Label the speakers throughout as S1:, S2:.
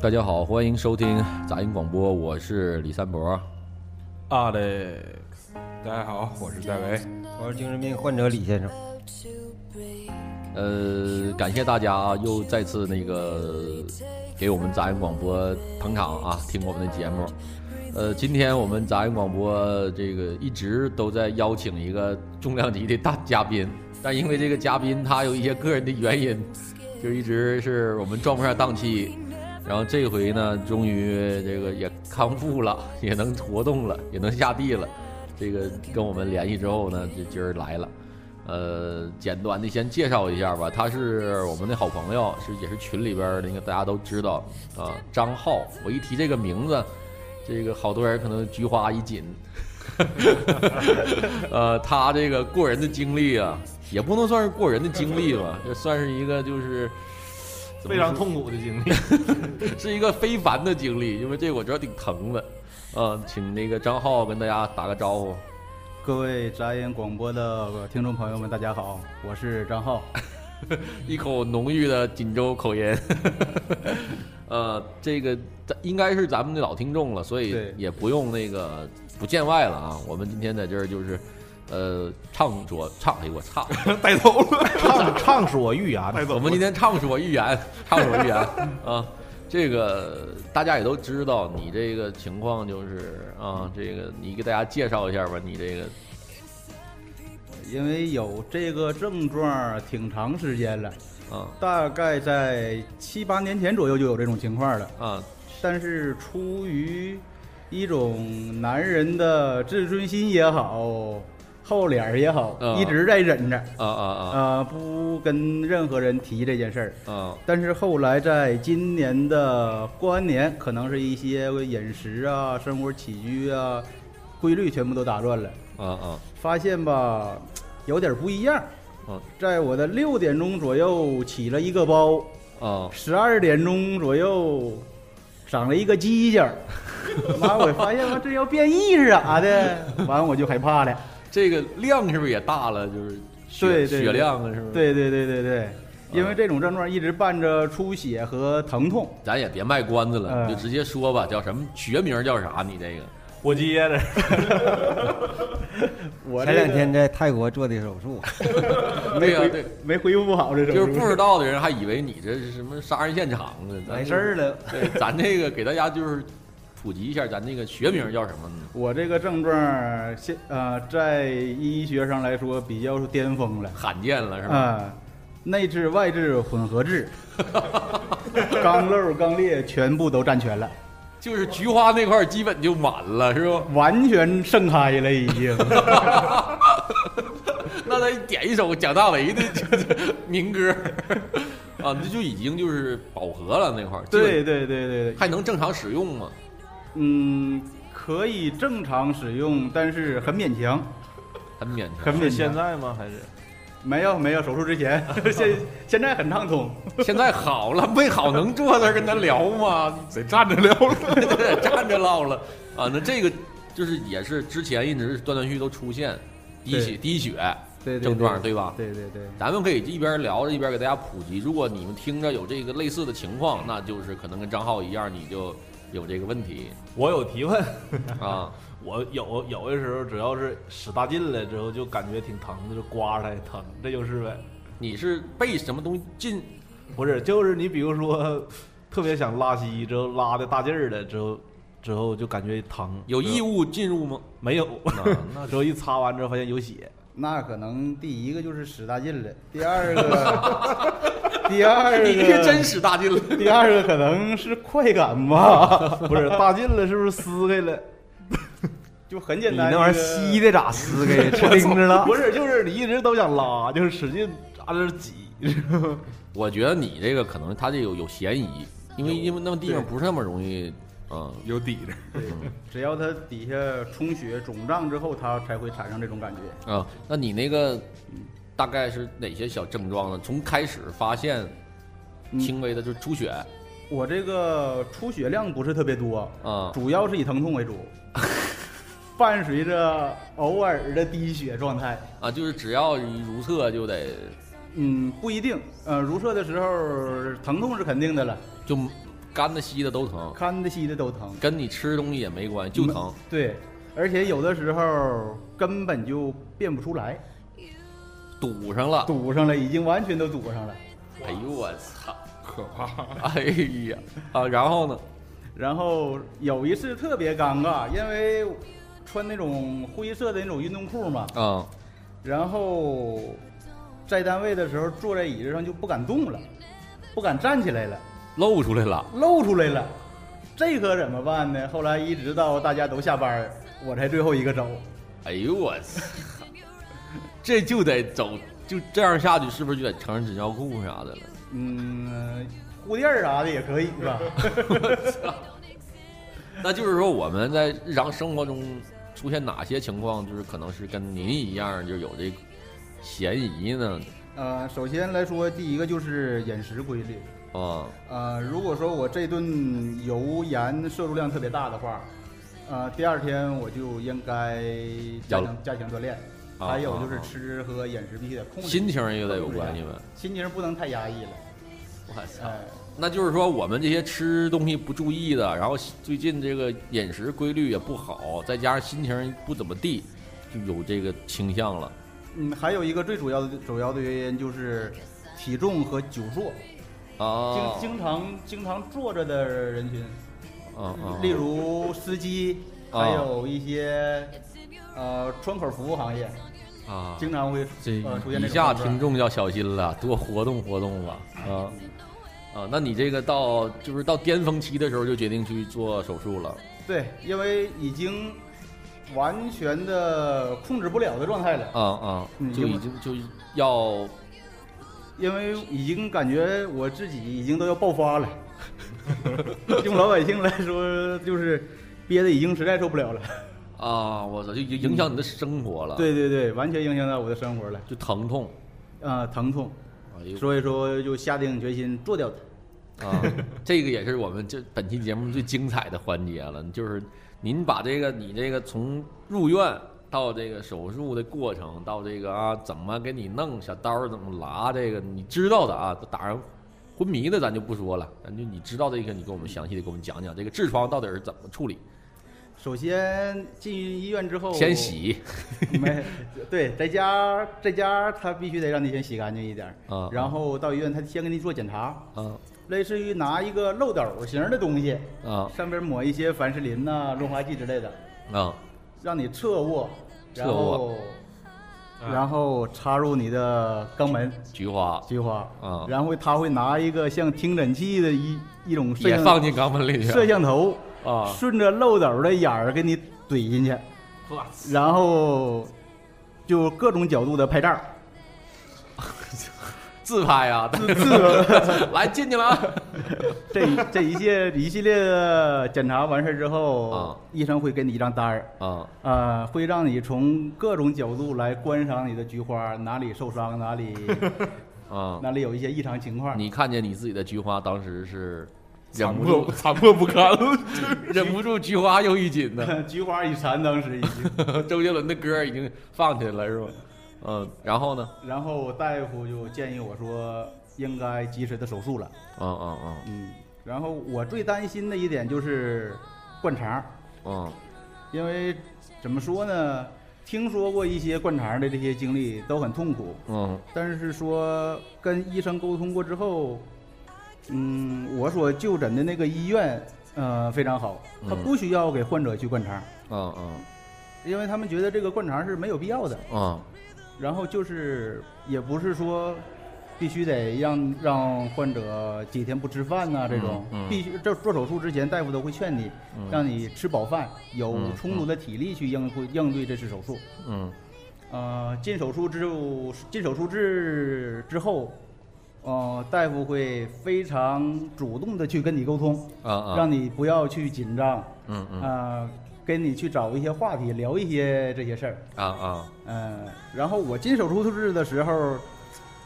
S1: 大家好，欢迎收听杂音广播，我是李三博。
S2: 啊嘞，大家好，我是戴维。
S3: 我是精神病患者李先生。
S1: 呃，感谢大家啊，又再次那个给我们杂音广播捧场啊，听我们的节目。呃，今天我们杂音广播这个一直都在邀请一个重量级的大嘉宾，但因为这个嘉宾他有一些个人的原因，就一直是我们撞不上档期。然后这回呢，终于这个也康复了，也能活动了，也能下地了。这个跟我们联系之后呢，就今儿来了。呃，简短的先介绍一下吧，他是我们的好朋友，是也是群里边儿那个大家都知道啊，张浩。我一提这个名字，这个好多人可能菊花一紧。 呃，他这个过人的经历啊，也不能算是过人的经历吧，这算是一个就是怎么
S4: 非常
S1: 说
S4: 痛苦的经历。
S1: 是一个非凡的经历，因为这个我知道挺疼的。嗯，请那个张浩跟大家打个招呼。
S5: 各位杂音广播的听众朋友们，大家好，我是张浩。
S1: 一口浓郁的锦州口音。 呃，这个咱应该是咱们的老听众了，所以
S5: 对
S1: 也不用那个不见外了啊。我们今天在这儿就是，呃，唱着唱，哎呦我操！
S2: 带头了，
S4: 畅畅是我欲言，啊
S1: 我们今天唱是我预言，唱是我预言啊。这个大家也都知道，你这个情况就是啊，这个你给大家介绍一下吧，你这个
S5: 因为有这个症状挺长时间了，
S1: 啊
S5: 大概在七八年前左右就有这种情况了，
S1: 啊
S5: 但是出于一种男人的自尊心也好，厚脸儿也好，
S1: 嗯
S5: 一直在忍着，
S1: 啊啊
S5: 啊、不跟任何人提这件事儿。
S1: 啊啊
S5: 但是后来在今年的过完年，可能是一些饮食啊、生活起居啊、规律全部都打乱了，
S1: 啊啊！
S5: 发现吧，有点不一样。
S1: 嗯，
S5: 在我的六点钟左右起了一个包，
S1: 啊
S5: 十二点钟左右长了一个犄角 儿。妈，我发现我这要变异是咋的？完我就害怕了。
S1: 这个量是不是也大了？就是血
S5: 对对
S1: 血量啊，是不是？，
S5: 对对对对对，因为这种症状一直伴着出血和疼痛。
S1: 咱也别卖关子了，
S5: 嗯
S1: 你就直接说吧，叫什么学名叫啥？你这个
S4: 我接着，
S5: 我这
S3: 前
S5: 个
S3: 两天在泰国做的手 术，
S1: 对
S5: 没
S1: 呀
S5: 恢
S1: 对
S5: 没恢复好这种，
S1: 就是不知道的人还以为你这是什么杀人现场呢。咱
S3: 完事儿了。
S1: 对，咱这个给大家就是普及一下，咱这个学名叫什么呢？
S5: 我这个症状现呃，在医学上来说比较是巅峰了
S1: 罕见了是
S5: 啊、
S1: 吧？
S5: 内痔、外痔混合痔，肛瘘、肛裂全部都占全了，
S1: 就是菊花那块儿基本就满了，是不？
S5: 完全盛开了已经。
S1: 那得点一首蒋大为的 民歌 啊，那就已经就是饱和了那块儿，基本
S5: 对对对对对，
S1: 还能正常使用吗？
S5: 嗯，可以正常使用，但是很勉强，
S1: 很勉强。
S5: 很勉
S4: 是现
S5: 强。
S4: 在吗？还是
S5: 没有没有，手术之前， 现现在很畅通。
S1: 现在好了，没好能坐那儿跟他聊吗？
S4: 得站着聊了？
S1: 得站着唠了啊！那这个就是也是之前一直断断续续都出现低血
S5: 对
S1: 低血
S5: 对对
S1: 症状，对吧？
S5: 对对对。
S1: 咱们可以一边聊着一边给大家普及。如果你们听着有这个类似的情况，那就是可能跟张浩一样，你就有这个问 题
S4: 我有提问，
S1: 啊。
S4: 我有有的时候只要是使大劲了之后，就感觉挺疼的，就刮它也疼，这就是呗。
S1: 你是被什么东西进
S4: 不是，就是你比如说 特别想拉稀之后拉的大劲儿了之后，之后就感觉疼，
S1: 有异
S4: 物
S1: 物
S5: 嗯
S1: 进入吗？
S4: 没有？
S1: 那
S4: 之后一擦完之后发现有血，
S5: 那可能第一个就是使大劲了，第二个， 第二
S1: 那
S5: 个
S1: 你这个真使大劲了。
S5: 第二个可能是快感吧，
S4: 不是大劲了是不是撕 开了？
S5: 就很
S3: 你
S5: 简单。
S3: 那玩意儿
S5: 这个
S3: 吸的咋撕 开？吃钉子了？
S4: 不是，就是你一直都想拉，就是使劲扎着挤，
S1: 我觉得你这个可能他这有有嫌疑，因为因为那么地方不是那么容易，嗯，
S2: 有底子。
S5: 对，只要它底下充血肿胀之后，它才会产生这种感觉。
S1: 啊，那你那个大概是哪些小症状呢？从开始发现
S5: 嗯
S1: 轻微的就是出血
S5: 我这个出血量不是特别多，
S1: 啊，
S5: 主要是以疼痛为主，伴随着偶尔的低血状态。
S1: 啊，就是只要一如厕就得
S5: 嗯，不一定。呃，如厕的时候疼痛是肯定的了，
S1: 就干的稀的都疼，
S5: 看的稀的都疼，
S1: 跟你吃东西也没关系，就疼。
S5: 对，而且有的时候根本就变不出来，
S1: 堵上了，
S5: 堵上了，已经完全都堵上了。
S1: 哎呦我操！
S2: 可怕。
S1: 哎呀啊，然后呢？
S5: 然后有一次特别尴尬，因为穿那种灰色的那种运动裤嘛，
S1: 啊、
S5: 然后在单位的时候坐在椅子上就不敢动了，不敢站起来了，
S1: 露出来了，
S5: 露出来了，这可怎么办呢？后来一直到大家都下班，我才最后一个走。
S1: 哎呦我操！ 这就得走，就这样下去，是不是就得穿上纸尿裤啥的了？
S5: 嗯，护垫儿啥的也可以吧？
S1: 那就是说，我们在日常生活中出现哪些情况，就是可能是跟您一样，就有这个嫌疑呢？
S5: 呃，首先来说，第一个就是饮食规律。
S1: 啊，
S5: 呃，如果说我这顿油盐摄入量特别大的话，呃，第二天我就应该加
S1: 要
S5: 强加强锻炼。
S1: 啊
S5: 还有就
S1: 啊
S5: 是
S1: 啊
S5: 吃和饮食必须得控制，
S1: 心情也得有关系呗。
S5: 心情不能太压抑了。
S1: 我操！
S5: 哎，
S1: 那就是说，我们这些吃东西不注意的，然后最近这个饮食规律也不好，再加上心情不怎么地，就有这个倾向了。
S5: 嗯，还有一个最主要的主要的原因就是体重和久坐，
S1: 啊，
S5: 经经常经常坐着的人群，
S1: 啊啊！
S5: 例如司机，
S1: 啊
S5: 还有一些呃窗口服务行业，
S1: 啊，
S5: 经常会
S1: 这
S5: 呃出现
S1: 以
S5: 这种
S1: 下
S5: 状况
S1: 听众要小心了，多活动活动吧。啊啊，那你这个到就是到巅峰期的时候就决定去做手术了。
S5: 对，因为已经完全的控制不了的状态了，
S1: 啊啊，
S5: 嗯
S1: 就已经就要
S5: 因为已经感觉我自己已经都要爆发 了。用老百姓来说，就是憋的已经实在受不了了。
S1: 啊，我操，就影影响你的生活了，，
S5: 对对对，完全影响到我的生活了，
S1: 就疼痛。
S5: 啊、疼痛，
S1: 哎呦
S5: 所以说就下定决心做掉它。
S1: 啊， 这个也是我们这本期节目最精彩的环节了，就是您把这个你这个从入院到这个手术的过程，到这个啊怎么给你弄小刀儿怎么拉这个，你知道的啊，打人昏迷的咱就不说了，咱就你知道这个，你给我们详细的给我们讲讲这个痔疮到底是怎么处理，
S5: 首先进医院之后，
S1: 先，洗
S5: 没对，在家在家他必须得让你先洗干净一点儿，
S1: 啊
S5: 然后到医院他先给你做检查，
S1: 啊
S5: 类似于拿一个漏斗型的东西，
S1: 啊
S5: 上边抹一些凡士林呐、润滑剂之类的，
S1: 啊
S5: 让你侧卧，然
S1: 侧
S5: 后
S1: 卧
S5: 然后插入你的肛门
S1: 菊花
S5: 菊花
S1: 啊
S5: 然后他会拿一个像听诊器的一一种摄
S1: 也
S5: 像
S1: 放进肛门里去
S5: 摄像头
S1: 啊
S5: 顺着漏斗的眼儿给你怼进去，
S2: 哇
S5: 然后就各种角度的拍 照，
S1: 自拍啊，
S5: 自自
S1: 来进去了 啊
S5: 这一这一切一系列的检查完事儿之后，
S1: 啊
S5: 医生会给你一张单儿，
S1: 啊
S5: 呃，会让你从各种角度来观赏你的菊花，哪里受伤，哪里
S1: 啊。
S5: 哪里有一些异常情况。
S1: 你看见你自己的菊花，当时是忍
S2: 惨
S1: 不
S2: 不
S1: 住，
S2: 惨不不 堪了，
S1: 忍不住菊花又一紧呢。
S5: 菊花已残，当时已经。
S1: 周杰伦的歌已经放起来了，是吧？嗯，然后呢？
S5: 然后大夫就建议我说，应该及时的手术了。
S1: 嗯嗯
S5: 嗯，然后我最担心的一点就是灌肠，
S1: 嗯
S5: 因为怎么说呢，听说过一些灌肠的这些经历都很痛苦，
S1: 嗯
S5: 但是说跟医生沟通过之后，嗯，我所就诊的那个医院，呃，非常好，他
S1: 嗯
S5: 不需要给患者去灌肠，
S1: 嗯嗯
S5: 因为他们觉得这个灌肠是没有必要的。
S1: 嗯
S5: 然后就是也不是说必须得让让患者几天不吃饭呐、这种、
S1: 嗯嗯
S5: 必须这做手术之前，大夫都会劝你，
S1: 嗯
S5: 让你吃饱饭，有
S1: 嗯
S5: 充足的体力去应付应对这次手术。
S1: 嗯
S5: 呃，进手术之后，进手术室之后，呃，大夫会非常主动的去跟你沟通，
S1: 啊啊
S5: 让你不要去紧张，
S1: 嗯嗯
S5: 呃，跟你去找一些话题聊一些这些事儿，
S1: 啊啊
S5: 嗯、然后我进手术室的时候，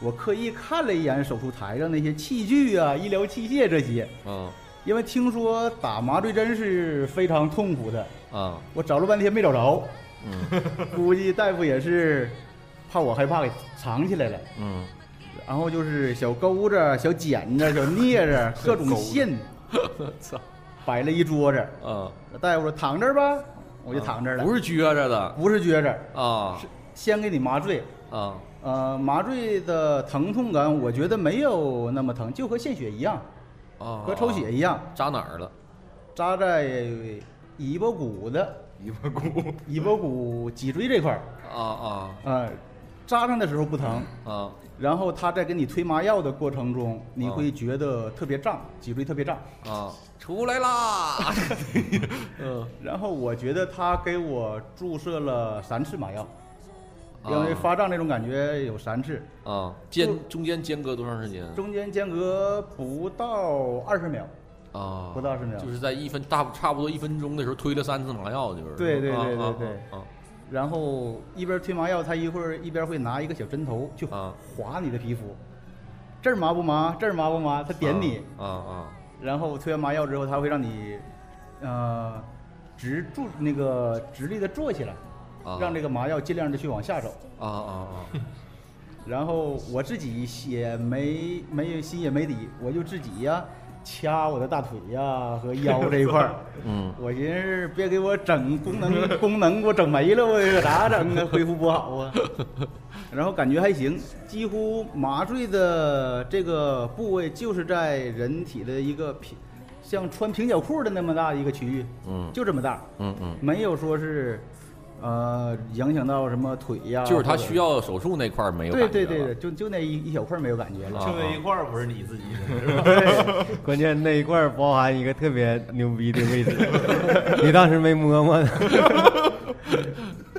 S5: 我刻意看了一眼手术台上那些器具啊、医疗器械这些，
S1: 嗯
S5: 因为听说打麻醉针是非常痛苦的，
S1: 啊
S5: 我找了半天没找着，
S1: 嗯
S5: 估计大夫也是怕我害怕给藏起来了。
S1: 嗯
S5: 然后就是小钩子、小剪子、小镊子，各种线，
S1: 操
S5: 摆了一桌子。
S1: 啊，
S5: 大夫说躺这儿吧，我就躺这儿了。
S1: 不是撅着的
S5: 不是撅着，
S1: 啊
S5: 是先给你麻醉。
S1: 啊
S5: 呃，麻醉的疼痛感，我觉得没有那么疼，就和献血一样，
S2: 哦
S1: 啊，
S5: 和抽血一样，
S1: 扎哪儿了？
S5: 扎在尾巴骨的
S2: 尾巴骨，
S5: 尾巴骨脊椎这块儿。
S1: 啊啊
S5: 呃，扎上的时候不 疼，
S1: 啊
S5: 然后他在给你推麻药的过程中，你
S1: 哦
S5: 会觉得特别胀，脊椎特别胀。
S1: 啊，出来啦！嗯
S5: 然后我觉得他给我注射了三次麻药，
S1: 啊
S2: 哦
S5: 因为发胀那种感觉有三次，
S1: 啊，间中间间隔多长时间？
S5: 中间间隔不到二十秒。
S1: 啊，
S5: 不到十秒
S1: 就是在一分大差不多一分钟的时候推了三次麻药，就是
S5: 对对
S1: 啊
S5: 对对
S1: 啊
S5: 对
S1: 啊
S5: 然后一边推麻药，他一会儿一边会拿一个小针头去
S1: 啊
S5: 划你的皮肤，这儿麻不麻？这儿麻不麻？他点你，
S1: 啊啊
S5: 然后推完麻药之后，他会让你，呃，直住那个直立的坐起来，
S1: 啊
S5: 让这个麻药尽量的去往下走。
S1: 啊啊
S5: 然后我自己也没没有心也没底，我就自己呀掐我的大腿呀和腰这 一块儿。
S1: 嗯
S5: 我寻思别给我整功能功能给我整没了，我这咋整啊？恢复不好啊。 然后感觉还行，几乎麻醉的这个部位就是在人体的一个平，像穿平角裤的那么大一个区域，
S1: 嗯
S5: 就这么大，
S1: 嗯嗯，
S5: 没有说是，呃，影响到什么腿呀、
S1: 就是他
S5: 或者
S1: 需要手术那块儿没有
S5: 对
S1: 感觉
S5: 对
S1: 了
S5: 对对，就就那一一小块儿没有感觉了。
S1: 啊
S4: 就那一块儿不是你自己的， 是吧？
S3: 关键那一块儿包含一个特别牛逼的位置， 你当时没摸摸呢？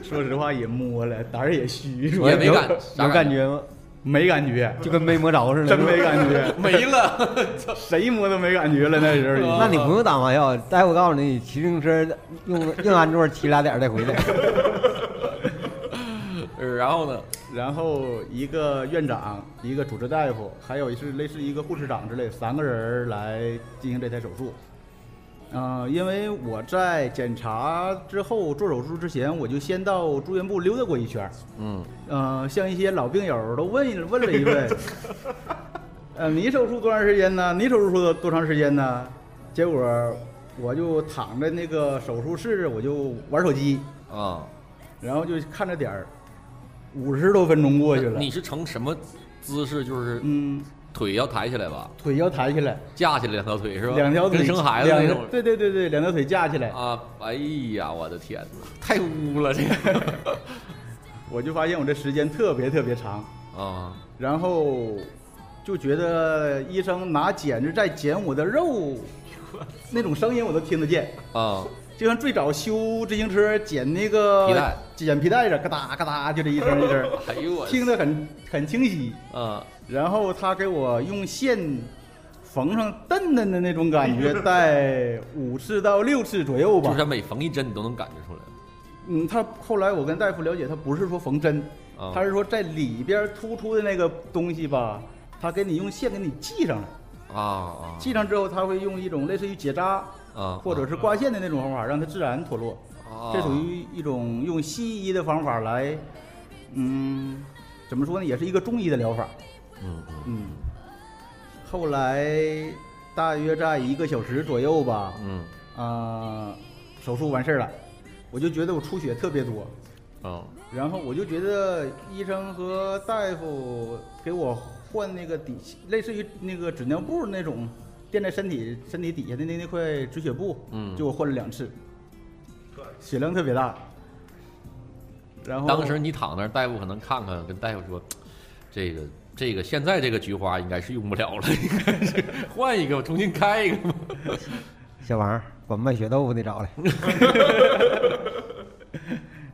S5: 说实话也摸了，胆儿也虚，
S1: 也没感啥感
S3: 有感
S1: 觉
S3: 觉吗？
S5: 没 感觉，
S3: 就跟没摸着似的。
S5: 真没感觉，
S1: 没 了，
S5: 谁摸都没感觉了那时候已经。
S3: 那你不用打麻药，大夫我告诉你，骑自行车用 硬安座骑俩点儿再回来。
S1: 呃然后呢？
S5: 然后一个院长、一个主治大夫，还有是类似一个护士长之类，三个人儿来进行这台手术。嗯、因为我在检查之后做手术之前，我就先到住院部溜达过一圈儿。
S1: 嗯
S5: 嗯、像一些老病友儿都问一问了一问，呃，你手术多长时间呢？你手术多多长时间呢？结果我就躺在那个手术室，我就玩手机，
S1: 啊，
S5: 然后就看着点儿，五十多分钟过去了。
S1: 你是成什么姿势？就是
S5: 嗯，
S1: 腿要抬起来吧，
S5: 腿要抬起来，
S1: 架起来两条腿是吧？
S5: 两条腿
S1: 跟生孩子那
S5: 两
S1: 种
S5: 对对对对，两条腿架起来，
S1: 啊！哎呀，我的天哪，太污了这个
S5: 我就发现我这时间特别特别长，
S1: 啊！
S5: 然后就觉得医生拿剪子在剪我的肉，那种声音我都听得见。
S1: 啊
S5: 就像最早修自行车剪那个
S1: 皮带，
S5: 剪皮带似的，嘎哒嘎哒，就这一声一声，
S1: 哎呦 我
S5: 听得很很清晰。
S1: 啊
S5: 然后他给我用线缝上蹬蹬的那种感觉，在五次到六次左右
S1: 哎就是
S5: 吧
S1: 他。每缝一针，你都能感觉出来。
S5: 嗯，他后来我跟大夫了解，他不是说缝针，
S1: 啊
S5: 他是说在里边突出的那个东西吧，他给你用线给你系上了，
S1: 啊啊
S5: 系上之后他会用一种类似于结扎
S1: 啊！
S5: 或者是挂线的那种方法，让它自然脱落。
S1: 啊
S5: 这属于一种用西医的方法来，嗯，怎么说呢，也是一个中医的疗法。
S1: 嗯嗯
S5: 嗯，后来大约在一个小时左右吧，
S1: 嗯
S5: 啊、手术完事儿了，我就觉得我出血特别多，
S1: 啊
S5: 然后我就觉得医生和大夫给我换那个底，类似于那个纸尿布那种垫在身体身体底下的那那块止血布，
S1: 嗯
S5: 就我换了两次，血量特别大。然后
S1: 当时你躺那儿，大夫可能看看，跟大夫说，这个这个现在这个菊花应该是用不了了，应该是换一个吧，重新开一个吧。
S3: 小王，把卖血豆腐的找来。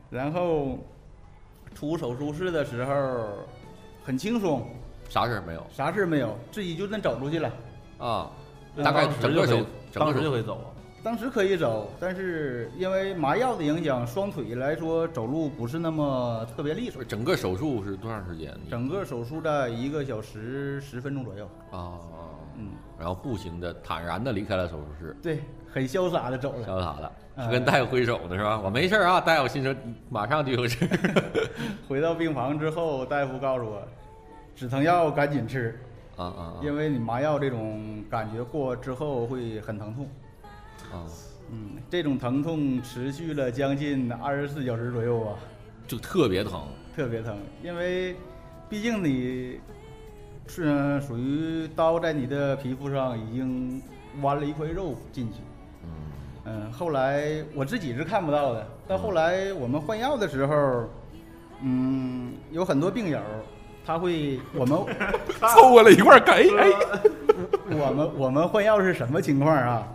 S5: 然后出手术室的时候很轻松，
S1: 啥事儿没有
S5: 啥事没有，自己就能走出去了。
S1: 啊？
S5: 嗯
S1: 大概
S4: 当时
S1: 整
S4: 就
S1: 个
S4: 可以
S1: 手，整个
S4: 当时就
S1: 手
S4: 可以走啊。
S5: 当时可以走，但是因为麻药的影响，双腿来说走路不是那么特别利索。
S1: 整个手术是多长时间？你
S5: 整个手术在一个小时十分钟左右。
S1: 啊，
S5: 嗯，
S1: 然后步行的坦然的离开了手术室，
S5: 对，很潇洒的走 了。
S1: 潇洒的。
S5: 哎
S1: 他跟大夫挥手呢，是吧？我没事儿啊，大夫心说马上就有事儿
S5: 回到病房之后，大夫告诉我，止疼药赶紧吃，
S1: 啊啊
S4: 因为你麻药这种感觉过之后会很疼痛，
S1: 啊！
S4: 嗯，这种疼痛持续了 将近二十四小时左右吧，
S1: 就特别疼
S4: 特别疼，因为毕竟你是呃属于刀在你的皮肤上已经剜了一块肉进去，嗯，后来我自己是看不到的，但后来我们换药的时候，嗯，有很多病友他会我们。
S2: 凑过来一块儿干，哎哎，
S4: 我们我们换药是什么情况啊？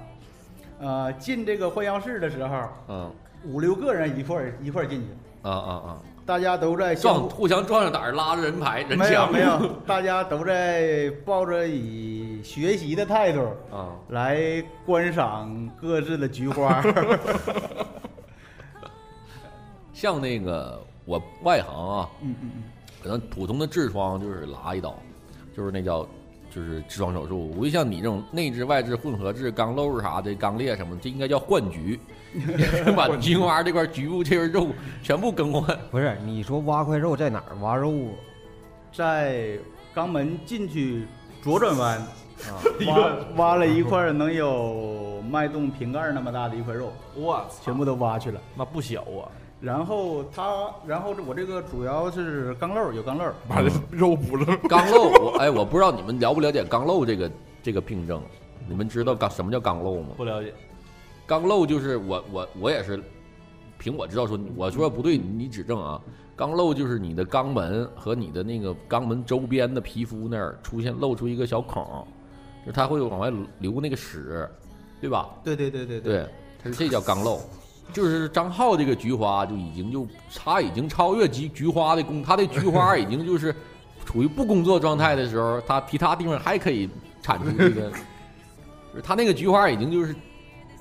S4: 呃，进这个换药室的时候，
S1: 嗯
S4: 五六个人一块儿一块儿进去，
S1: 啊啊啊！
S4: 大家都在相
S1: 撞
S4: 互
S1: 互相撞上胆儿，拉着人牌人
S4: 没有
S1: 墙
S4: 没有，大家都在抱着以学习的态度
S1: 啊
S4: 来观赏各自的菊花。
S1: 像那个我外行啊，
S4: 嗯嗯嗯，
S1: 可能普通的痔疮就是拉一刀，就是那叫就是痔疮手术，不像你这种内痔、外痔、混合痔、肛瘘啥的、肛裂什么的，这应该叫换局， 把菊花这块局部这块肉全部更换。
S3: 不是，你说挖块肉在哪儿挖肉啊？
S4: 在肛门进去左转弯，挖挖了一块儿能有脉动瓶盖儿那么大的一块肉，
S5: 我操，
S4: 全部都挖去了。
S5: 那不小啊！
S4: 然后他，然后我这个主要是肛瘘有肛瘘，
S2: 把这肉补了，
S1: 肛瘘，我哎，我不知道你们了不了解肛瘘这个这个病症，你们知道肛什么叫肛瘘吗？
S5: 不了解，
S1: 肛瘘就是我我我也是，凭我知道说你，我说不对，你指正啊。肛瘘就是你的肛门和你的那个肛门周边的皮肤那儿出现露出一个小孔，就是它会往外流那个屎，对吧？
S4: 对对对对，
S1: 对，它是这叫肛瘘。就是张浩这个菊花就已经就他已经超越菊菊花的工，他的菊花已经就是处于不工作状态的时候，他其他地方还可以产出这 个，就是他那个菊花已经就是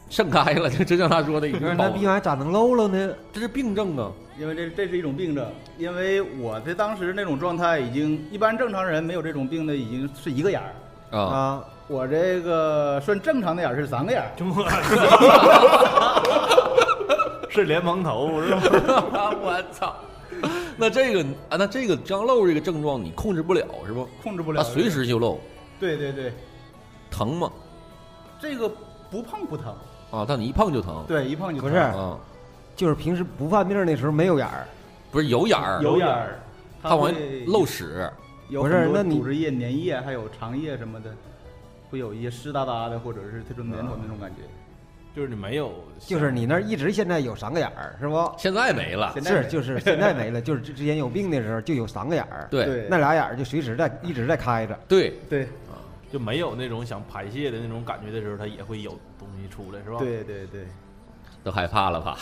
S1: 盛开了，就就 像他说的已经
S3: 那
S1: 饱
S3: 逼
S1: 了，
S3: 玩意咋能漏了呢？
S1: 这是病症啊。
S4: 因为这这是一种病症，因为我的当时那种状态已经，一般正常人没有这种病的已经是一个眼儿，
S1: 啊，
S3: 啊，
S4: 我这个算正常的眼儿是三个眼儿，
S5: 是连蓬头是吧？
S1: 啊 我操！那这个啊，那这个张漏这个症状你控制不了是不？
S4: 控制不
S1: 他
S4: 了，
S1: 随，时就漏，
S4: 对对对，
S1: 疼吗？
S4: 这个不碰不疼，
S1: 啊，但你一碰就疼。
S4: 对，一碰就
S3: 不
S4: 疼
S3: 是，
S1: 啊，
S3: 就是平时不犯病那时候没有眼儿，
S1: 不是有眼儿，
S4: 有眼儿，
S1: 它往外
S4: 会
S1: 漏屎。
S4: 有
S3: 不是
S4: 很多
S3: 那你
S4: 组织液、粘液还有肠液什么的，会有一些湿哒哒的，或者是特种
S1: 啊
S4: 粘稠那种感觉，
S2: 就是你没有，
S3: 就是你那儿一直现在有三个眼儿是不？
S1: 现在没了。
S4: 现在
S3: 是，
S4: 没
S3: 就是现在没了，就是之之前有病的时候就有三个眼儿，
S1: 对
S4: 对
S3: 那俩眼儿就随时在一直在开着。
S1: 对，
S4: 对
S2: 就没有那种想排泄的那种感觉的时候，它也会有东西出来，是吧？，
S4: 对对对。
S1: 都害怕了 吧？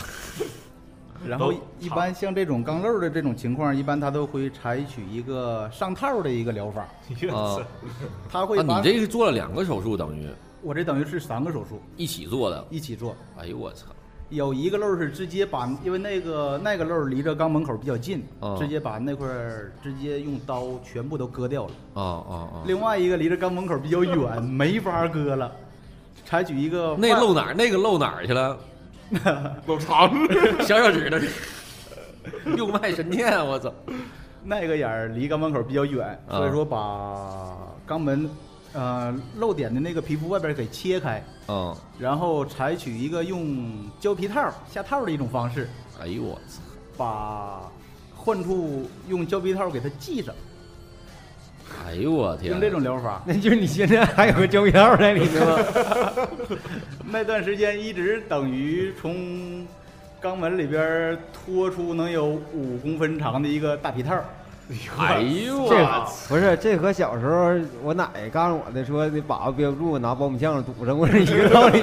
S4: 然后
S2: 都
S4: 一般像这种肛瘘的这种情况，一般他都会采取一个上套的一个疗法，
S1: 啊，
S4: 他会
S1: 啊
S4: 把
S1: 你这是做了两个手术，等于
S4: 我这等于是三个手术
S1: 一起做的。
S4: 一起做，
S1: 哎呦我操！
S4: 有一个瘘是直接把，因为那个那个瘘离着肛门口比较近，
S1: 哦
S4: 直接把那块儿直接用刀全部都割掉
S1: 啊
S4: 了。
S1: 啊啊！
S4: 另外一个离着肛门口比 较远，没法割了，采取一个
S1: 那
S4: 外
S1: 漏哪儿？那个漏哪儿去了？
S2: 都长
S1: 小手 指的六脉神剑，我操！
S4: 那个眼儿离肛门口比较远，
S1: 啊
S4: 所以说把肛门呃漏点的那个皮肤外边儿给切开。
S1: 嗯，
S4: 然后采取一个用胶皮套下套的一种方式，
S1: 哎呦我操！
S4: 把患处用胶皮套给它系上，
S1: 哎呦我天！
S4: 用这种疗法。
S3: 那就是你现在还有个胶条在里头吗？
S4: 那段时间一直等于从肛门里边儿拖出能有五公分长的一个大皮套，
S1: 哎呦我
S3: 这
S1: 操！
S3: 不是这和小时候我奶告诉我的说你粑粑憋不住拿保姆酱堵上，我是一个道理。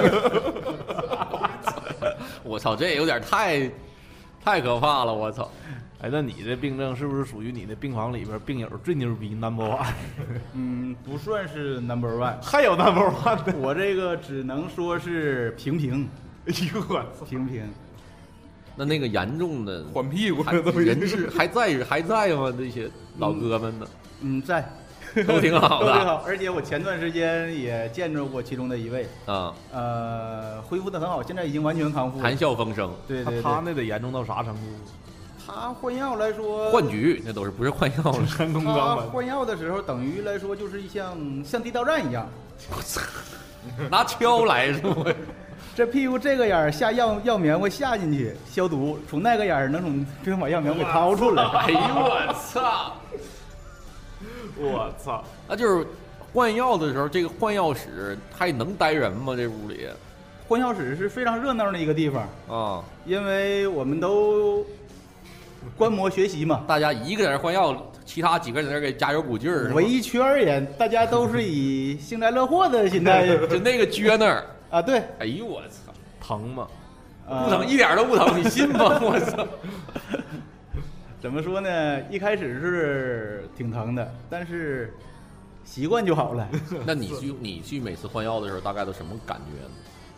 S1: 我操！这有点太太可怕了！我操！
S2: 哎，那你这病症是不是属于你的病房里边病友最牛逼 number one？
S4: 嗯，不算是 number one，
S2: 还有 number one 的，
S4: 我这个只能说是平平
S2: 哎呦我操，
S4: 平平。
S1: 那那个严重的
S2: 换屁股
S1: 还
S2: 了都已
S1: 人
S2: 经
S1: 质还在还在吗？那些老哥们呢？
S4: 嗯，在
S1: 都挺好的
S4: 都挺好。而且我前段时间也见着过其中的一位，
S1: 啊，
S4: 呃呃，恢复的很好，现在已经完全康复了。
S1: 谈笑风生。
S4: 对
S2: 他
S4: 对
S2: 他
S4: 对，
S2: 那得严重到啥程度？
S4: 他换药来说，
S1: 换局那都是不是换药了？
S2: 山东
S4: 他
S2: 钢板，
S1: 啊
S4: 换药的时候，等于来说就是一像像地道战一样，
S1: 拿锹来是吗？
S4: 这屁股这个眼儿下药药棉会下进去消毒，从那个眼儿能从就能把药棉给掏出来。
S1: 哎呦我操！
S2: 我操！
S1: 那就是换药的时候，这个换药室还能待人吗？这屋里
S4: 换药室是非常热闹的一个地方，
S1: 啊，
S4: 因为我们都观摩学习嘛，
S1: 大家一个在那换药，其他几个人在那给加油鼓劲儿，是吧
S4: 围一圈儿也，大家都是以幸灾乐祸的心 态
S1: 就那个撅那儿。
S4: 啊，对，
S1: 哎呦我操！
S2: 疼吗？
S4: 啊
S1: 不疼，一点都不疼，你信吗？ 我 操！
S4: 怎么说呢？一开始是挺疼的，但是习惯就好了。
S1: 那你去你去每次换药的时候，大概都什么感觉呢？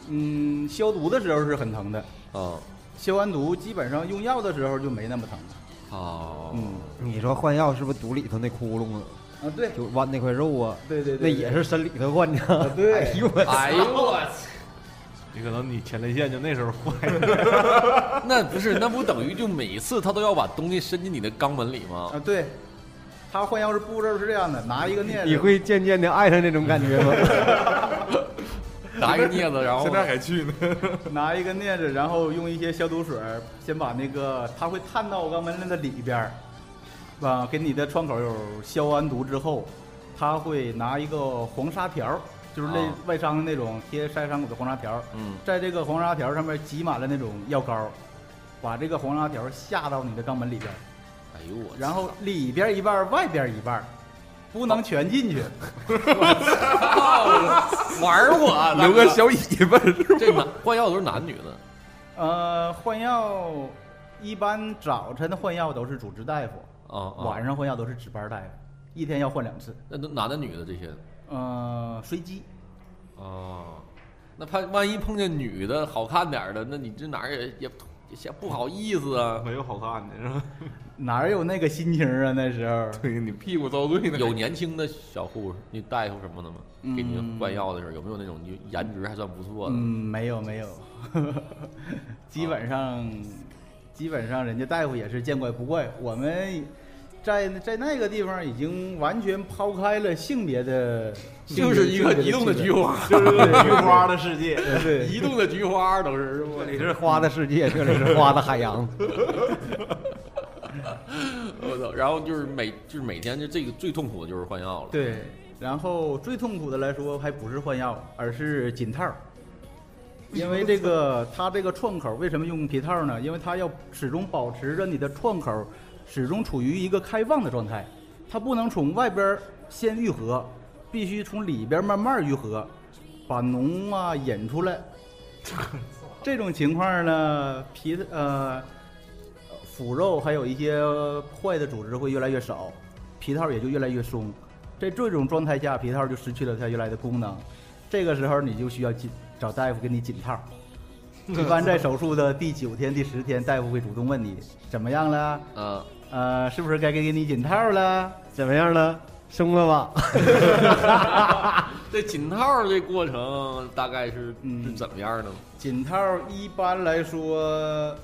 S4: 嗯，消毒的时候是很疼的，
S1: 啊
S4: 消完毒基本上用药的时候就没那么疼了。
S1: 哦，
S4: 嗯
S3: 你说换药是不是堵里头那窟窿啊？
S4: 啊，对
S3: 就剜那块肉啊？
S4: 对对对啊
S3: 那也是伸里头换的。
S4: 对
S3: 哎呦我操！
S1: 哎呦我操！
S2: 你可能你前列腺就那时候坏了。
S1: 那不是，那不等于就每次他都要把东西伸进你的肛门里吗？
S4: 啊，对，他换药是步骤是这样的，拿一个镊子，
S3: 你会渐渐的爱上这种感觉吗？
S1: 拿一个镊子，然后
S5: 现在还去呢，
S4: 拿一个镊子，然后用一些消毒水儿先把那个它会探到肛门的里边儿，啊，给你的创口有消完毒之后，他会拿一个黄纱条儿，就是那
S1: 啊
S4: 外伤的那种贴晒伤口的黄纱条儿，
S1: 嗯
S4: 在这个黄纱条上面挤满了那种药膏儿，把这个黄纱条下到你的肛门里边儿，
S1: 哎呦我操，
S4: 然后里边一半儿，外边一半儿，不能全进去。
S1: 玩我 啊，大
S5: 留
S1: 哥
S5: 个小尾巴是吧？
S1: 这男换药都是男女的，
S4: 呃，换药一般早晨换药都是主治大夫，
S1: 啊啊
S4: 晚上换药都是值班大夫，一天要换两次。
S1: 那都男的女的这些，
S4: 呃，随机。
S1: 啊，那怕万一碰见女的好看点儿的，那你这哪儿也也也嫌不好意思啊。
S2: 没有好看的是吧？
S4: 哪有那个心情啊？那时候，
S5: 对你屁股遭 罪 呢，
S1: 有年轻的小护士、那大夫什么的吗？给你换药的时候，有没有那种就颜值还算不错
S4: 嗯，
S1: 的？
S4: 没有没有， 基本上、基本上人家大夫也是见怪不怪。我们在在那个地方已经完全抛开了性别的，
S1: 就是一个移动的菊
S4: 花，
S1: 花，
S2: 菊花的世界，
S4: 对对
S1: 移动的菊花都是是吧？
S3: 这是花的世界，这里是花的海洋。
S1: 我操！然后就是每就是每天就这个最痛苦的就是换药了。
S4: 对，然后最痛苦的来说，还不是换药，而是紧套儿。因为这 个，它这个创口为什么用皮套呢？因为它要始终保持着你的创口始终处于一个开放的状态，它不能从外边儿先愈合，必须从里边儿慢慢儿愈合，把脓啊引出来。这种情况呢，皮呃腐肉还有一些坏的组织会越来越少，皮套也就越来越松。在这种状态下，皮套就失去了它原来的功能。这个时候你就需要紧找大夫给你紧套。一般在手术的第九天、第十天，大夫会主动问你怎么样了，
S1: 嗯，
S4: 呃，是不是该给你紧套了？
S3: 怎么样了？松了 吧？
S1: 这紧套这过程大概是
S4: 嗯
S1: 是怎么样的呢？
S4: 紧套一般来说，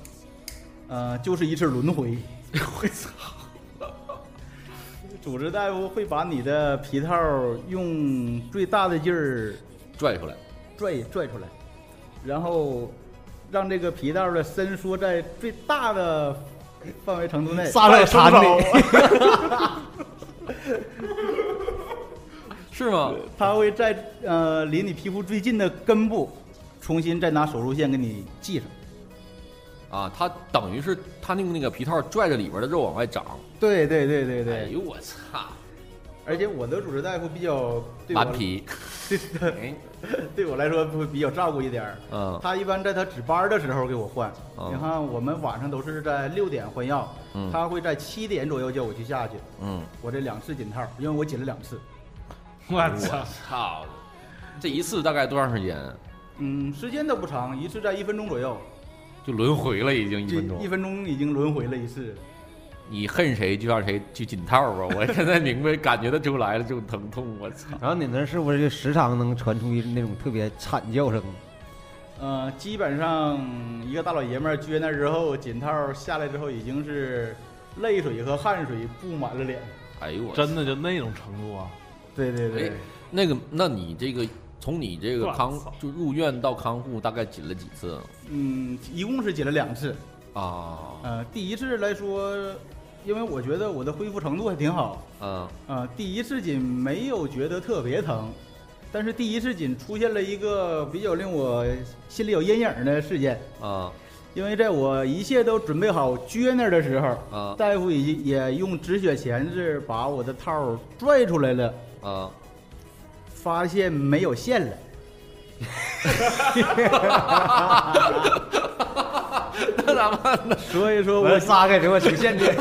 S4: 呃，就是一次轮回。
S1: 我操！
S4: 主治大夫会把你的皮套用最大的劲儿
S1: 拽出来，
S4: 拽拽出来，然后让这个皮带儿的伸缩在最大的范围程度内。
S3: 撒手缠你，
S1: 是吗？
S4: 它会在呃离你皮肤最近的根部，重新再拿手术线给你系上。
S1: 啊，他等于是他用那个皮套拽着里边的肉往外长。
S4: 对对对对
S1: 哎
S4: 对，
S1: 呦我操！
S4: 而且我的主治大夫比较对我
S1: 顽皮，哎
S4: 对我来说会比较照顾一点儿。
S1: 嗯
S4: 他一般在他值班的时候给我换。
S1: 嗯
S4: 你看，我们晚上都是在六点换药，
S1: 嗯
S4: 他会在七点左右叫我去下去。
S1: 嗯，
S4: 我这两次紧套，因为我紧了两次。
S2: 我
S1: 我！操！这一次大概多长时间？
S4: 嗯，时间都不长，一次在一分钟左右，
S1: 就轮回了，已经一
S4: 这
S1: 分钟
S4: 一。分钟已经轮回了一次。
S1: 你恨谁就让谁去紧套吧！我现在明白，感觉得出来了，这种疼痛，我操！
S3: 然后你那是不是就时常能传出一那种特别惨叫声？
S5: 呃，基本上一个大老爷们儿撅那之后，锦套下来之后已经是泪水和汗水布满了脸。
S1: 哎呦我
S2: 真的就那种程度啊！
S5: 对对对
S1: 哎，那个，那你这个从你这个
S2: 我
S1: 康
S2: 操
S1: 就入院到康复大概紧了几次
S5: 嗯，一共是剪了两次。
S1: 啊？
S5: 呃，第一次来说，因为我觉得我的恢复程度还挺好。
S1: 嗯
S5: 呃，第一次紧没有觉得特别疼，但是第一次紧出现了一个比较令我心里有阴影的事件。
S1: 啊
S5: 因为在我一切都准备好撅那儿的时候，
S1: 啊
S5: 大夫已经也用止血钳子把我的套儿拽出来了，
S1: 啊！
S5: 发现没有线了。
S1: 那咋办呢？
S5: 所以说
S3: 我
S5: 我，
S3: 仨给我出现的，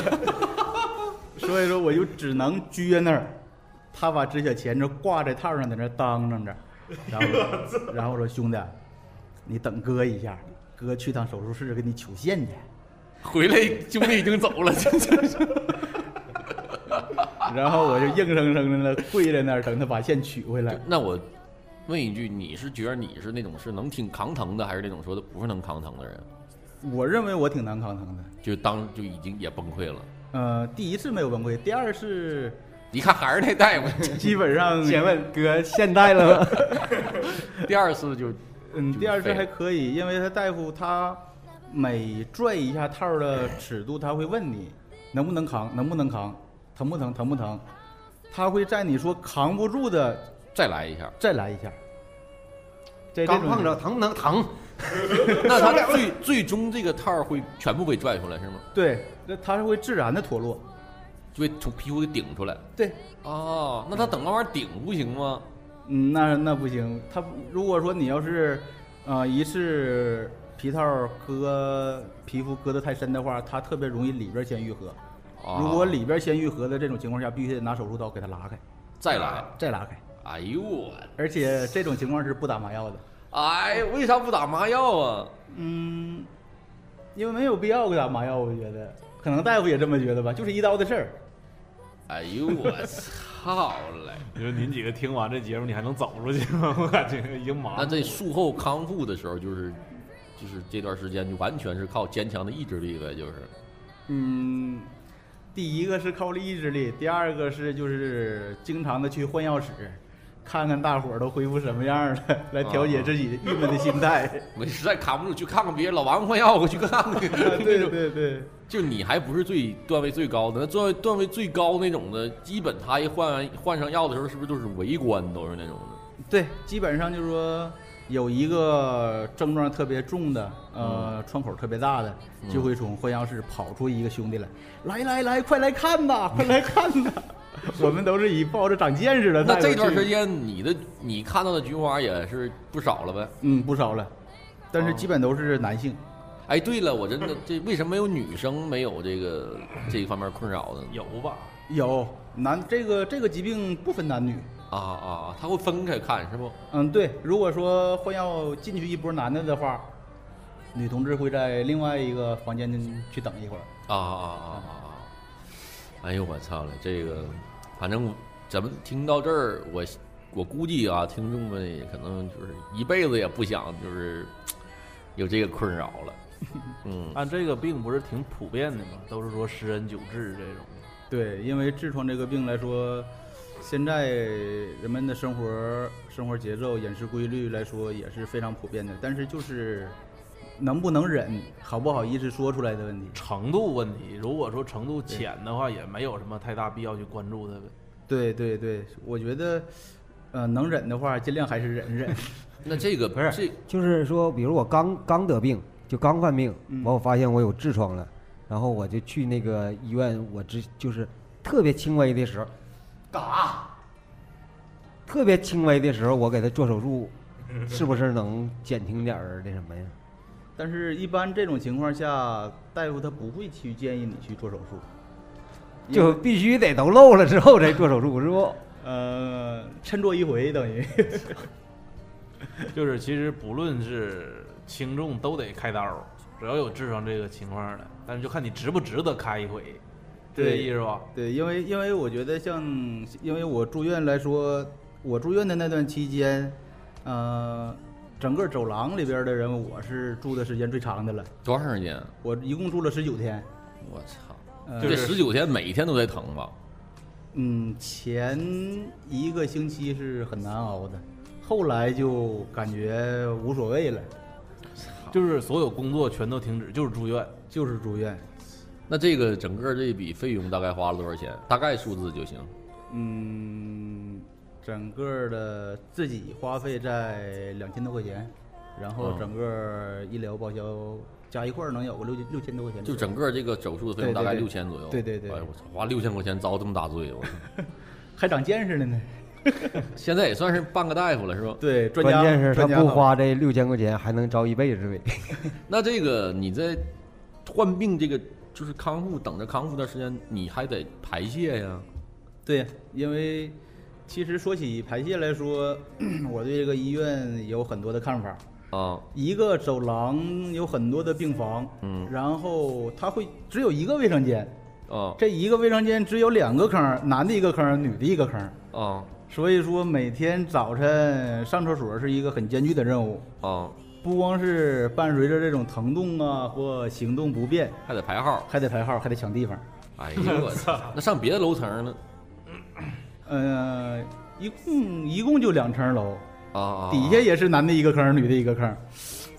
S5: 所以说我就只能撅那儿。他把止血钳子挂在套上，在那儿当啷着，然后然后说兄弟，你等哥一下，哥去趟手术室给你取线去。
S1: 回来兄弟已经走了，真是
S5: 然后我就硬生生的跪在那儿等他把线取回来。
S1: 那我问一句，你是觉得你是那种是能挺扛疼的，还是那种说的不是能扛疼的人？
S5: 我认为我挺难抗衡的。
S1: 就当就已经也崩溃了。
S5: 呃，第一次没有崩溃，第二次
S1: 一看还是那大夫，
S5: 基本上，
S3: 请问哥现代了 吗？
S1: 第二次就
S5: 嗯，
S1: 就
S5: 第二
S1: 废
S5: 次还
S1: 了
S5: 可以，因为他大夫他每拽一下套儿的尺度，他会问你能不能扛，能不能扛，疼不疼，疼不疼，他会在你说扛不住的
S1: 再来 一下。
S5: 再来一下。在这
S3: 刚
S5: 种
S3: 碰着疼不能疼？
S1: 那他最最终这个套儿会全部被拽出来是吗？
S5: 对，那他是会自然的脱落。
S1: 就被从皮肤给顶出来。
S5: 对，
S1: 哦，那他等那玩意儿顶不行吗？
S5: 嗯，那那不行。他如果说你要是，呃，一次皮套儿割皮肤割得太深的话，它特别容易里边儿先愈合。
S3: 哦
S1: 啊
S5: 如果里边儿先愈合的这种情况下，必须得拿手术刀给它拉开，
S1: 再来，
S5: 再拉开。
S1: 哎呦我，
S5: 而且这种情况是不打麻药的，
S1: 哎，为啥不打麻药啊？
S5: 嗯，因为没有必要给打麻药，我觉得，可能大夫也这么觉得吧，就是一刀的事儿。
S1: 哎呦我操嘞！
S2: 你说您几个听完这节目，你还能走出去吗？我感觉已经麻
S1: 那
S2: 了。
S1: 这术后康复的时候，就是就是这段时间就完全是靠坚强的意志力呗，就是
S5: 嗯，第一个是靠意志力，第二个是就是经常的去换药室，看看大伙儿都恢复什么样了，来调节自己的郁闷的心态。
S1: 我实在扛不住，去看看别人。老王换药，我去看看。
S5: 对对对，
S1: 就你还不是最段位最高的，那段位段位最高那种的，基本他一换完换上药的时候，是不是就是围观都是那种的？
S5: 对，基本上就是说有一个症状特别重的，呃，窗口特别大的，就会从换药室跑出一个兄弟来，来来来，快来看吧，快来看吧。 我们都是以抱着长见识的态
S1: 那
S5: 度去。
S1: 这段时间你的你看到的菊花也是不少了呗？
S5: 嗯不少了，但是
S1: 哦
S5: 基本都是男性。
S1: 哎，对了，我真的这为什么没有女生没有这个这一方面困扰的呢？
S2: 有吧？
S5: 有男这个这个疾病不分男女，
S1: 啊啊，他会分开看是不？
S5: 嗯，对，如果说换药进去一波男的的话，女同志会在另外一个房间去等一会儿。
S1: 啊啊啊啊！啊！哎呦我操了，这个反正咱们听到这儿，我我估计啊，听众们也可能就是一辈子也不想就是有这个困扰 了。嗯，
S2: 按这个病不是挺普遍的吗？都是说十人九痔这种。
S5: 对，因为痔疮这个病来说，现在人们的生活生活节奏、饮食规律来说也是非常普遍的，但是就是能不能忍、好不好意思说出来的问题。
S2: 程度问题，如果说程度浅的话，也没有什么太大必要去关注它呗。
S5: 对对对，我觉得，呃，能忍的话，尽量还是忍忍。
S1: 那这个
S3: 不是
S1: 这
S3: 就是说，比如我刚刚得病，就刚犯病，
S5: 嗯
S3: 完我发现我有痔疮了，然后我就去那个医院，我只就是特别轻微的时候，嘎，特别轻微的时候，我给他做手术，是不是能减轻点儿那什么呀？
S5: 但是，一般这种情况下，大夫他不会去建议你去做手术，因为
S3: 就必须得都漏了之后再做手术，是不？
S1: 嗯
S5: 呃，趁做一回等于。
S2: 就是其实不论是轻重都得开刀，只要有痔疮这个情况的，但是就看你值不值得开一回，是这
S5: 对
S2: 意思吧？
S5: 对，因为因为我觉得像，因为我住院来说，我住院的那段期间，呃，整个走廊里边的人，我是住的时间最长的了，
S1: 多长时间？啊
S5: 我一共住了十九天。
S1: 我操！
S5: 呃
S1: 这十九天每天都在疼吧？
S5: 嗯，前一个星期是很难熬的，后来就感觉无所谓了，
S2: 就是所有工作全都停止，就是住院。
S5: 就是住院。
S1: 那这个整个这笔费用大概花了多少钱？大概数字就行。
S5: 嗯，整个的自己花费在两千多块钱，然后
S3: 哦
S1: 嗯
S5: 整个医疗报销加一块儿能有个六千六千多块钱左
S1: 就
S5: 右，
S1: 整个这个手术的费用
S5: 对对
S1: 大概
S5: 对
S1: 六千左右。
S5: 对对对
S1: 哎呦我操，花六千块钱遭这么大罪，我操！
S5: 还长见识了呢。
S1: 现在也算是半个大夫了，是吧？
S5: 对，专家
S3: 关键是他
S5: 专家
S3: 不
S5: 好
S3: 花这六千块钱，还能遭一辈子罪。
S1: 那这个你在患病这个就是康复，等着康复的时间，你还得排泄呀。
S5: 对，因为其实说起排泄来说， 我对这个医院有很多的看法。
S1: 啊，
S5: 一个走廊有很多的病房，
S1: 嗯
S5: 然后它会只有一个卫生间，
S1: 啊
S5: 这一个卫生间只有两个坑儿，男的一个坑儿，女的一个坑儿，
S1: 啊
S5: 所以说每天早晨上厕所是一个很艰巨的任务，
S1: 啊，
S5: 不光是伴随着这种疼痛啊或行动不便，
S1: 还得排号。
S5: 还得排号，还得抢地方。
S1: 哎 呦我操！那上别的楼层呢？
S5: 呃，一共一共就两层楼，
S1: 啊啊，啊
S5: 底下也是男的一个坑，女的一个坑。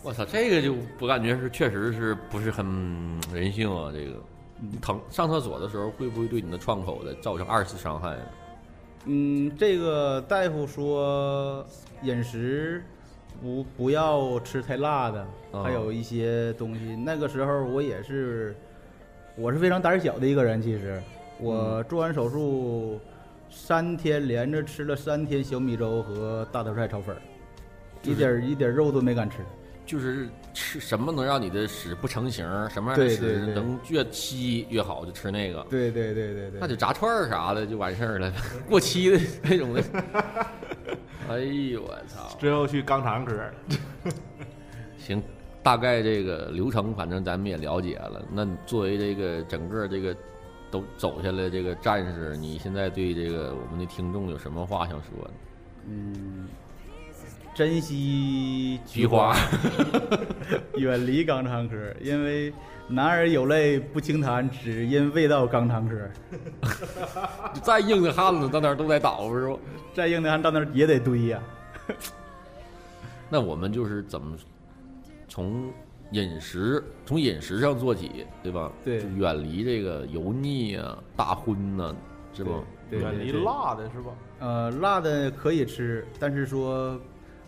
S1: 我操，这个就我感觉是确实是不是很嗯人性啊？这个你疼上厕所的时候会不会对你的创口的造成二次伤害啊？
S5: 嗯，这个大夫说饮食不不要吃太辣的，
S1: 哦
S5: 还有一些东西。那个时候我也是，我是非常胆小的一个人。其实我做完手术三天连着吃了三天小米粥和大头菜炒粉儿，一点儿一点儿肉都没敢吃。
S1: 就是吃什么能让你的屎不成形儿，什么样的
S5: 对对
S1: 屎
S5: 对
S1: 能越稀越好，就吃那个。
S5: 对对对对对，
S1: 那就炸串儿啥的就完事 儿了，过期的那种的。 哎呦我操！
S4: 最后去肛肠科了。
S1: 行，大概这个流程，反正咱们也了解了。那你作为这个整个这个都走下来这个战士，你现在对这个我们的听众有什么话想说 的？
S5: 珍惜
S1: 菊花，
S5: 远离肛肠科，因为男儿有泪不轻弹，只因未到肛肠科。
S1: 再硬的汉子到那儿都得倒，是不？
S5: 再硬的还到那儿也得堆呀、
S1: 那我们就是怎么从饮食从饮食上做起，对吧？
S5: 对
S1: 就远离这个油腻啊、大荤呐、是不？
S5: 对
S2: 远
S5: 对
S2: 离
S5: 对
S2: 辣的是吧？
S5: 呃，辣的可以吃，但是说，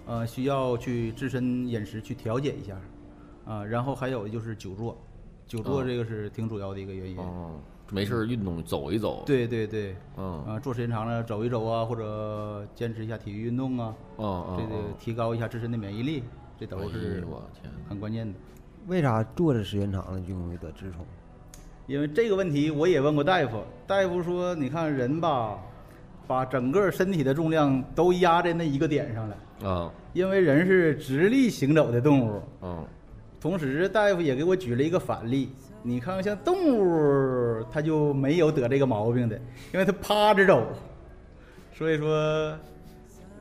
S5: 呃，需要去自身饮食去调节一下，啊、然后还有就是久坐，久坐
S1: 哦
S5: 这个是挺主要的一个原因。
S1: 哦，没事儿运动走一走。，
S5: 对对对，
S1: 嗯嗯
S5: 啊、坐时间长了走一走啊，或者坚持一下体育运动啊，
S1: 嗯，
S5: 这个
S1: 嗯
S5: 提高一下自身的免疫力，这
S1: 哎
S5: 都
S1: 呦
S5: 是
S1: 我天，
S5: 很关键的。
S3: 为啥坐着时间长了就容易得痔疮？
S5: 因为这个问题我也问过大夫，大夫说你看人吧，把整个身体的重量都压在那一个点上了，
S1: 啊
S5: 因为人是直立行走的动物。
S1: 嗯
S5: 同时，大夫也给我举了一个反例，你看像动物，它就没有得这个毛病的，因为它趴着走，所以说。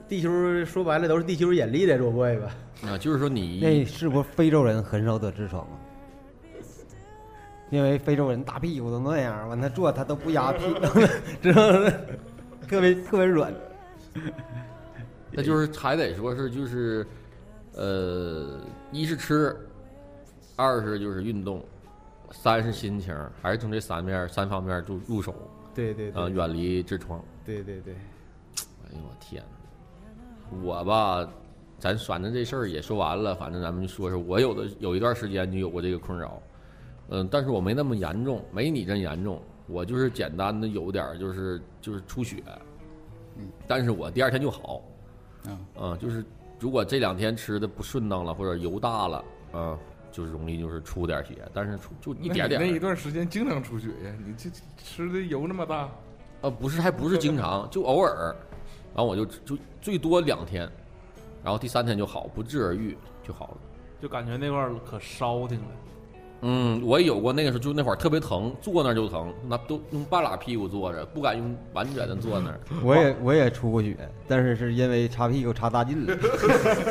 S5: 地球说白了都是地球引力在作怪吧？
S1: 啊，就是说
S3: 那
S1: 你
S3: 是不是非洲人很少得痔疮啊？因为非洲人大屁股都那样，完他坐他都不压屁股，知道吗？特别特别软。
S1: 那就是还得说是就是，呃，一是吃，二是就是运动，三是心情，还是从这三面儿三方面儿入入手
S5: 对对
S1: 啊，
S5: 对，
S1: 远离痔疮。
S5: 对对对，
S1: 哎呦我天哪，我吧，咱反正这事儿也说完了，反正咱们就说说我有的有一段时间就有过这个困扰，嗯，但是我没那么严重，没你这严重，我就是简单的有点儿就是就是出血，嗯，但是我第二天就好，
S5: 嗯
S1: 嗯，就是如果这两天吃的不顺当了或者油大了，啊，就是容易就是出点血，但是出就一点点
S6: 那
S1: 儿，
S6: 你那一段时间经常出血呀，你这吃的油那么大，
S1: 啊，不是，还不是经常，就偶尔。然后我就就最多两天，然后第三天就好，不治而愈就好了。
S2: 就感觉那块儿可烧挺了。
S1: 嗯，我也有过那个时候，就那会儿特别疼，坐那儿就疼，那都用半拉屁股坐着，不敢用完全的坐那儿。
S2: 嗯
S3: 我也我也出过血，但是是因为擦屁股擦大劲了。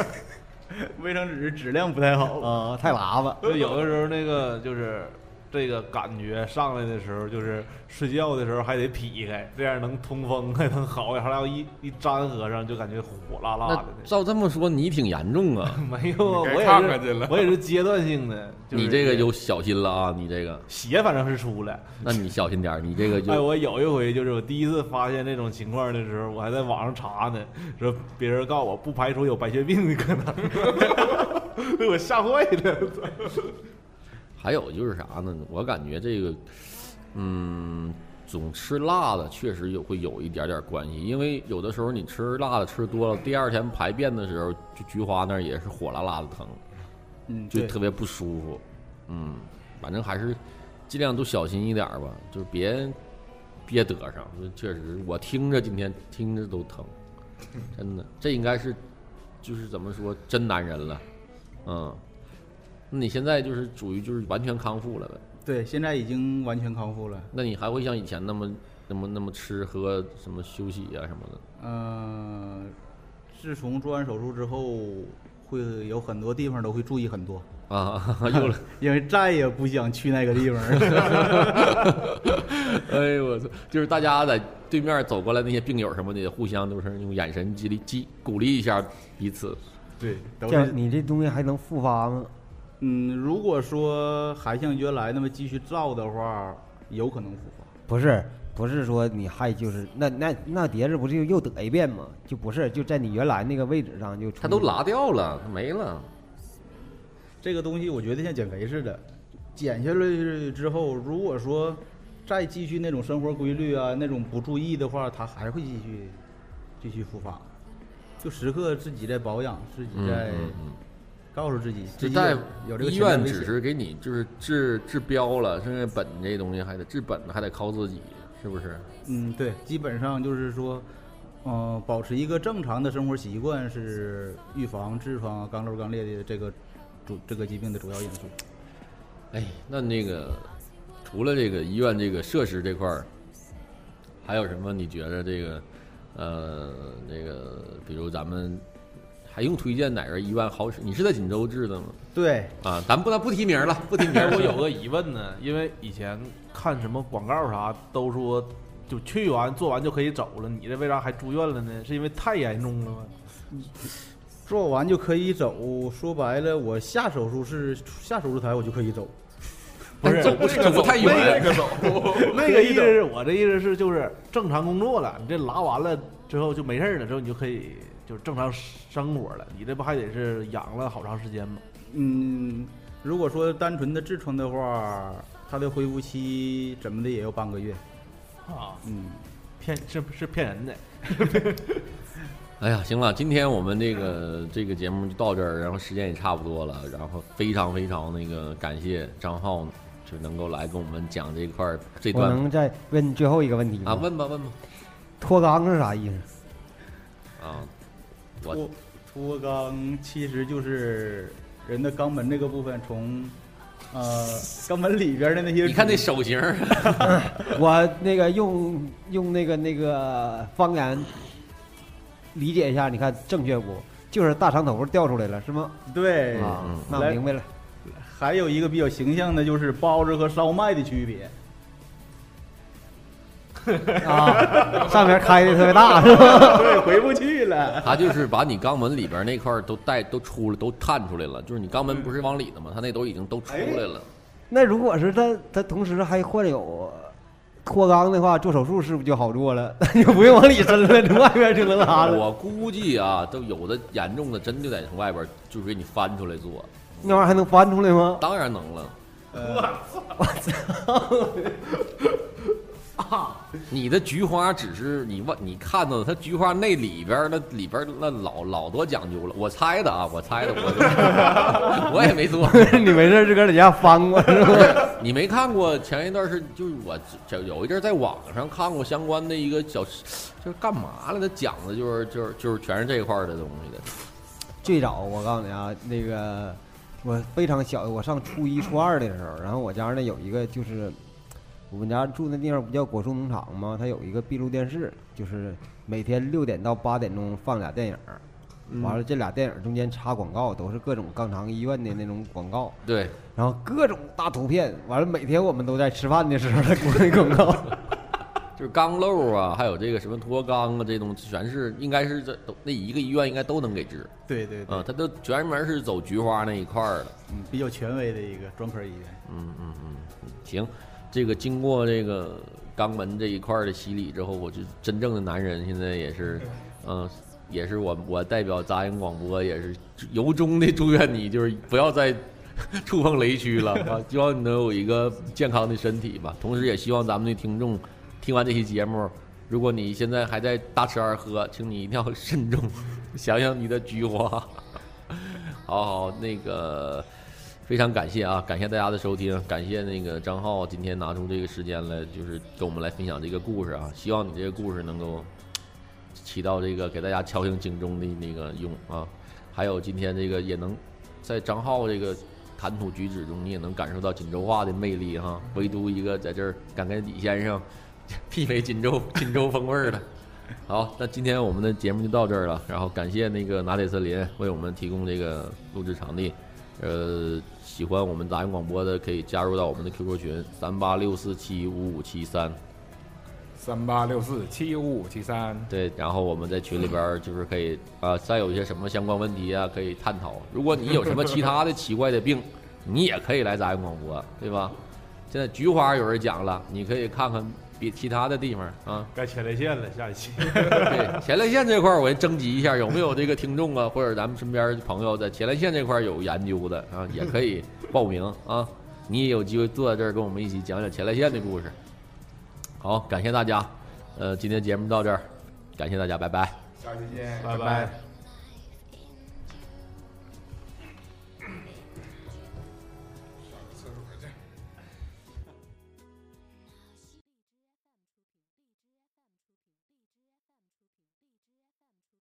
S5: 卫生纸质量不太好
S3: 啊、太 麻烦。
S2: 就有的时候那个就是这个感觉上来的时候，就是睡觉的时候还得劈开，这样能通风还能好点。后来我一一粘合上，就感觉火辣辣
S1: 那
S2: 的那种。
S1: 照这么说，你挺严重啊，
S2: 没有，
S6: 你
S2: 啊，
S6: 该
S2: 我
S6: 看看去
S2: 也
S6: 了
S2: 是，我也是阶段性的。 就是
S1: 你这个有小心了啊，你这个，
S2: 血，反正是出来。
S1: 那你小心点儿，你这个
S2: 哎，
S1: 就
S2: 我有一回就是我第一次发现这种情况的时候，我还在网上查呢，说别人告诉我不排除有白血病的可 能，被我吓坏了。
S1: 还有就是啥呢？我感觉这个，嗯，总吃辣的确实有会有一点点关系，因为有的时候你吃辣的吃多了，第二天排便的时候，就菊花那儿也是火辣辣的疼，
S5: 嗯，
S1: 就
S5: 对，
S1: 特别不舒服。嗯，反正还是尽量都小心一点儿吧，就是别别得上。就确实，我听着今天听着都 疼，真的，这应该是就是怎么说真男人了，嗯。那你现在就是属于就是完全康复了呗？
S5: 对，现在已经完全康复了。
S1: 那你还会像以前那么那么那么吃喝什么休息啊什么的？
S5: 呃，自从做完手术之后，会有很多地方都会注意很多，
S1: 啊， 又来，
S5: 因为再也不想去那个地方了。
S1: 哎呦我操！就是大家在对面走过来那些病友什么的，互相都是用眼神激励激鼓励一下彼此。
S5: 对，都
S3: 这样
S5: 是
S3: 你这东西还能复发吗？
S5: 嗯，如果说还像原来那么继续造的话，有可能复发。
S3: 不是，不是说你还就是那那那碟子不是又得一遍吗？就不是，就在你原来那个位置上就
S1: 他
S5: 嗯
S1: 都
S3: 出
S1: 拉掉了，他没了。
S5: 这个东西我觉得像减肥似的，减下来之后，如果说再继续那种生活规律啊，那种不注意的话，它还会继续继续复发。就时刻自己在保养，自己
S1: 嗯
S5: 在
S1: 嗯嗯。
S5: 告诉自己，
S1: 这
S5: 自己
S1: 在
S5: 有有这个
S1: 医
S5: 潜在
S1: 院
S5: 危
S1: 只
S5: 险
S1: 是给你就是治治标了，甚至本这东西还得治本还得靠自己，是不是？
S5: 嗯，对，基本上就是说，呃，保持一个正常的生活习惯是预防痔疮啊、肛瘘、肛裂的这个主这个疾病的主要因素。
S1: 哎，那那个除了这个医院这个设施这块儿，还有什么你觉得这个呃那个，比如咱们还用推荐哪个医院好使？你是在锦州治的吗？
S5: 对，
S1: 啊，咱不咱不提名了，不提 名
S2: 但是
S1: 了。
S2: 我有个疑问呢，因为以前看什么广告啥都说，就去完做完就可以走了，你这为啥还住院了呢？是因为太严重了吗？
S5: 做完就可以走。说白了，我下手术室下手术台我就可以走。
S1: 不是走不走不太
S6: 那
S1: 远，
S6: 个走，
S2: 那个意思是我的意思是就是正常工作了，你这拉完了之后就没事儿了，之后你就可以就是正常生活了。你这不还得是养了好长时间吗？
S5: 嗯，如果说单纯的痔疮的话，它的恢复期怎么的也要半个月。
S2: 啊，
S5: 嗯，
S2: 骗是是骗人的。
S1: 哎呀，行了，今天我们这个这个节目就到这儿，然后时间也差不多了，然后非常非常那个感谢张浩，就能够来跟我们讲这块儿这
S3: 我
S1: 段
S3: 能再问最后一个问题吗？
S1: 啊，问吧问吧
S3: 脱肛是啥意思？
S1: 啊，我
S5: 脱脱肛其实就是人的肛门这个部分从。呃，肛门里边的那些，
S1: 你看这手型儿，
S3: 我那个用用那个那个方言理解一下，你看正确不？就是大长头发掉出来了，是吗？
S5: 对，
S3: 啊
S1: 嗯，
S3: 那我
S5: 来
S3: 明白了。
S5: 还有一个比较形象的就是包子和烧麦的区别。
S3: 啊，上面开的特别大是吧？
S5: 对，回不去了。
S1: 他就是把你肛门里边那块儿都带都出了，都探出来了。就是你肛门不是往里的吗？他那都已经都出来了。
S3: 那如果是他他同时还患有脱肛的话，做手术是不是就好做了？ 就不用往里伸了，从外边就能拉了。
S1: 我估计啊，都有的严重的真就得从外边就是给你翻出来做，
S3: 那玩意儿还能翻出来吗？
S1: 当然能了。我操！你的菊花只是你往你看到的，它菊花那里边儿那里边儿那老老多讲究了。我猜的啊，我猜的， 我我也没做。
S3: 你没事儿自个儿在家翻过是吧？
S1: 你没看过前一段是就是我这有一阵儿在网上看过相关的一个小，就是干嘛来的讲的就是就是就是全是这一块儿的东西的。
S3: 最早我告诉你啊，那个我非常小，我上初一、初二的时候，然后我家那有一个就是我们家住那地方不叫果蔬农场吗？它有一个闭路电视，就是每天六点到八点钟放俩电影儿，完了，这俩电影中间插广告，都是各种肛肠医院的那种广告，
S1: 对，
S3: 然后各种大图片。完了，每天我们都在吃饭的时候在播那广告。
S1: 就是肛瘘啊，还有这个什么脱肛啊，这东西全是应该是这都那一个医院应该都能给治
S5: 对对对，
S1: 啊，他都专门是走菊花那一块儿的。
S5: 嗯，比较权威的一个专科医院。
S1: 嗯嗯嗯，行，这个经过这个肛门这一块儿的洗礼之后，我就真正的男人现在也是，嗯、也是我我代表杂音广播也是由衷的祝愿你，就是不要再 触碰雷区了啊！希望你能有一个健康的身体吧。同时也希望咱们的听众听完这期节目，如果你现在还在大吃二喝，请你一定要慎重， 想想你的菊花。 好好，那个非常感谢啊，感谢大家的收听，感谢那个张浩今天拿出这个时间来，就是跟我们来分享这个故事啊。希望你这个故事能够起到这个给大家敲醒警钟的那个用啊。还有今天这个也能在张浩这个谈吐举止中，你也能感受到锦州话的魅力哈、唯独一个在这儿敢跟李先生媲美锦州锦州风味儿的。好，那今天我们的节目就到这儿了。然后感谢那个拿铁森林为我们提供这个录制场地。呃，喜欢我们杂音广播的可以加入到我们的 QQ 群三八六四七五五七三。
S6: 三八六四七五五七三，
S1: 对，然后我们在群里边儿就是可以啊、再有一些什么相关问题啊，可以探讨。如果你有什么其他的奇怪的病，你也可以来杂音广播，对吧？现在菊花有人讲了，你可以看看别其他的地方啊。
S2: 该前列腺了，下一期。
S1: 对前列腺这块儿，我也征集一下，有没有这个听众啊，或者咱们身边的朋友在前列腺这块儿有研究的啊，也可以报名啊。你也有机会坐在这儿跟我们一起讲讲前列腺的故事。好，感谢大家，呃，今天节目到这儿，感谢大家，拜拜。
S6: 下期见，
S2: 拜拜。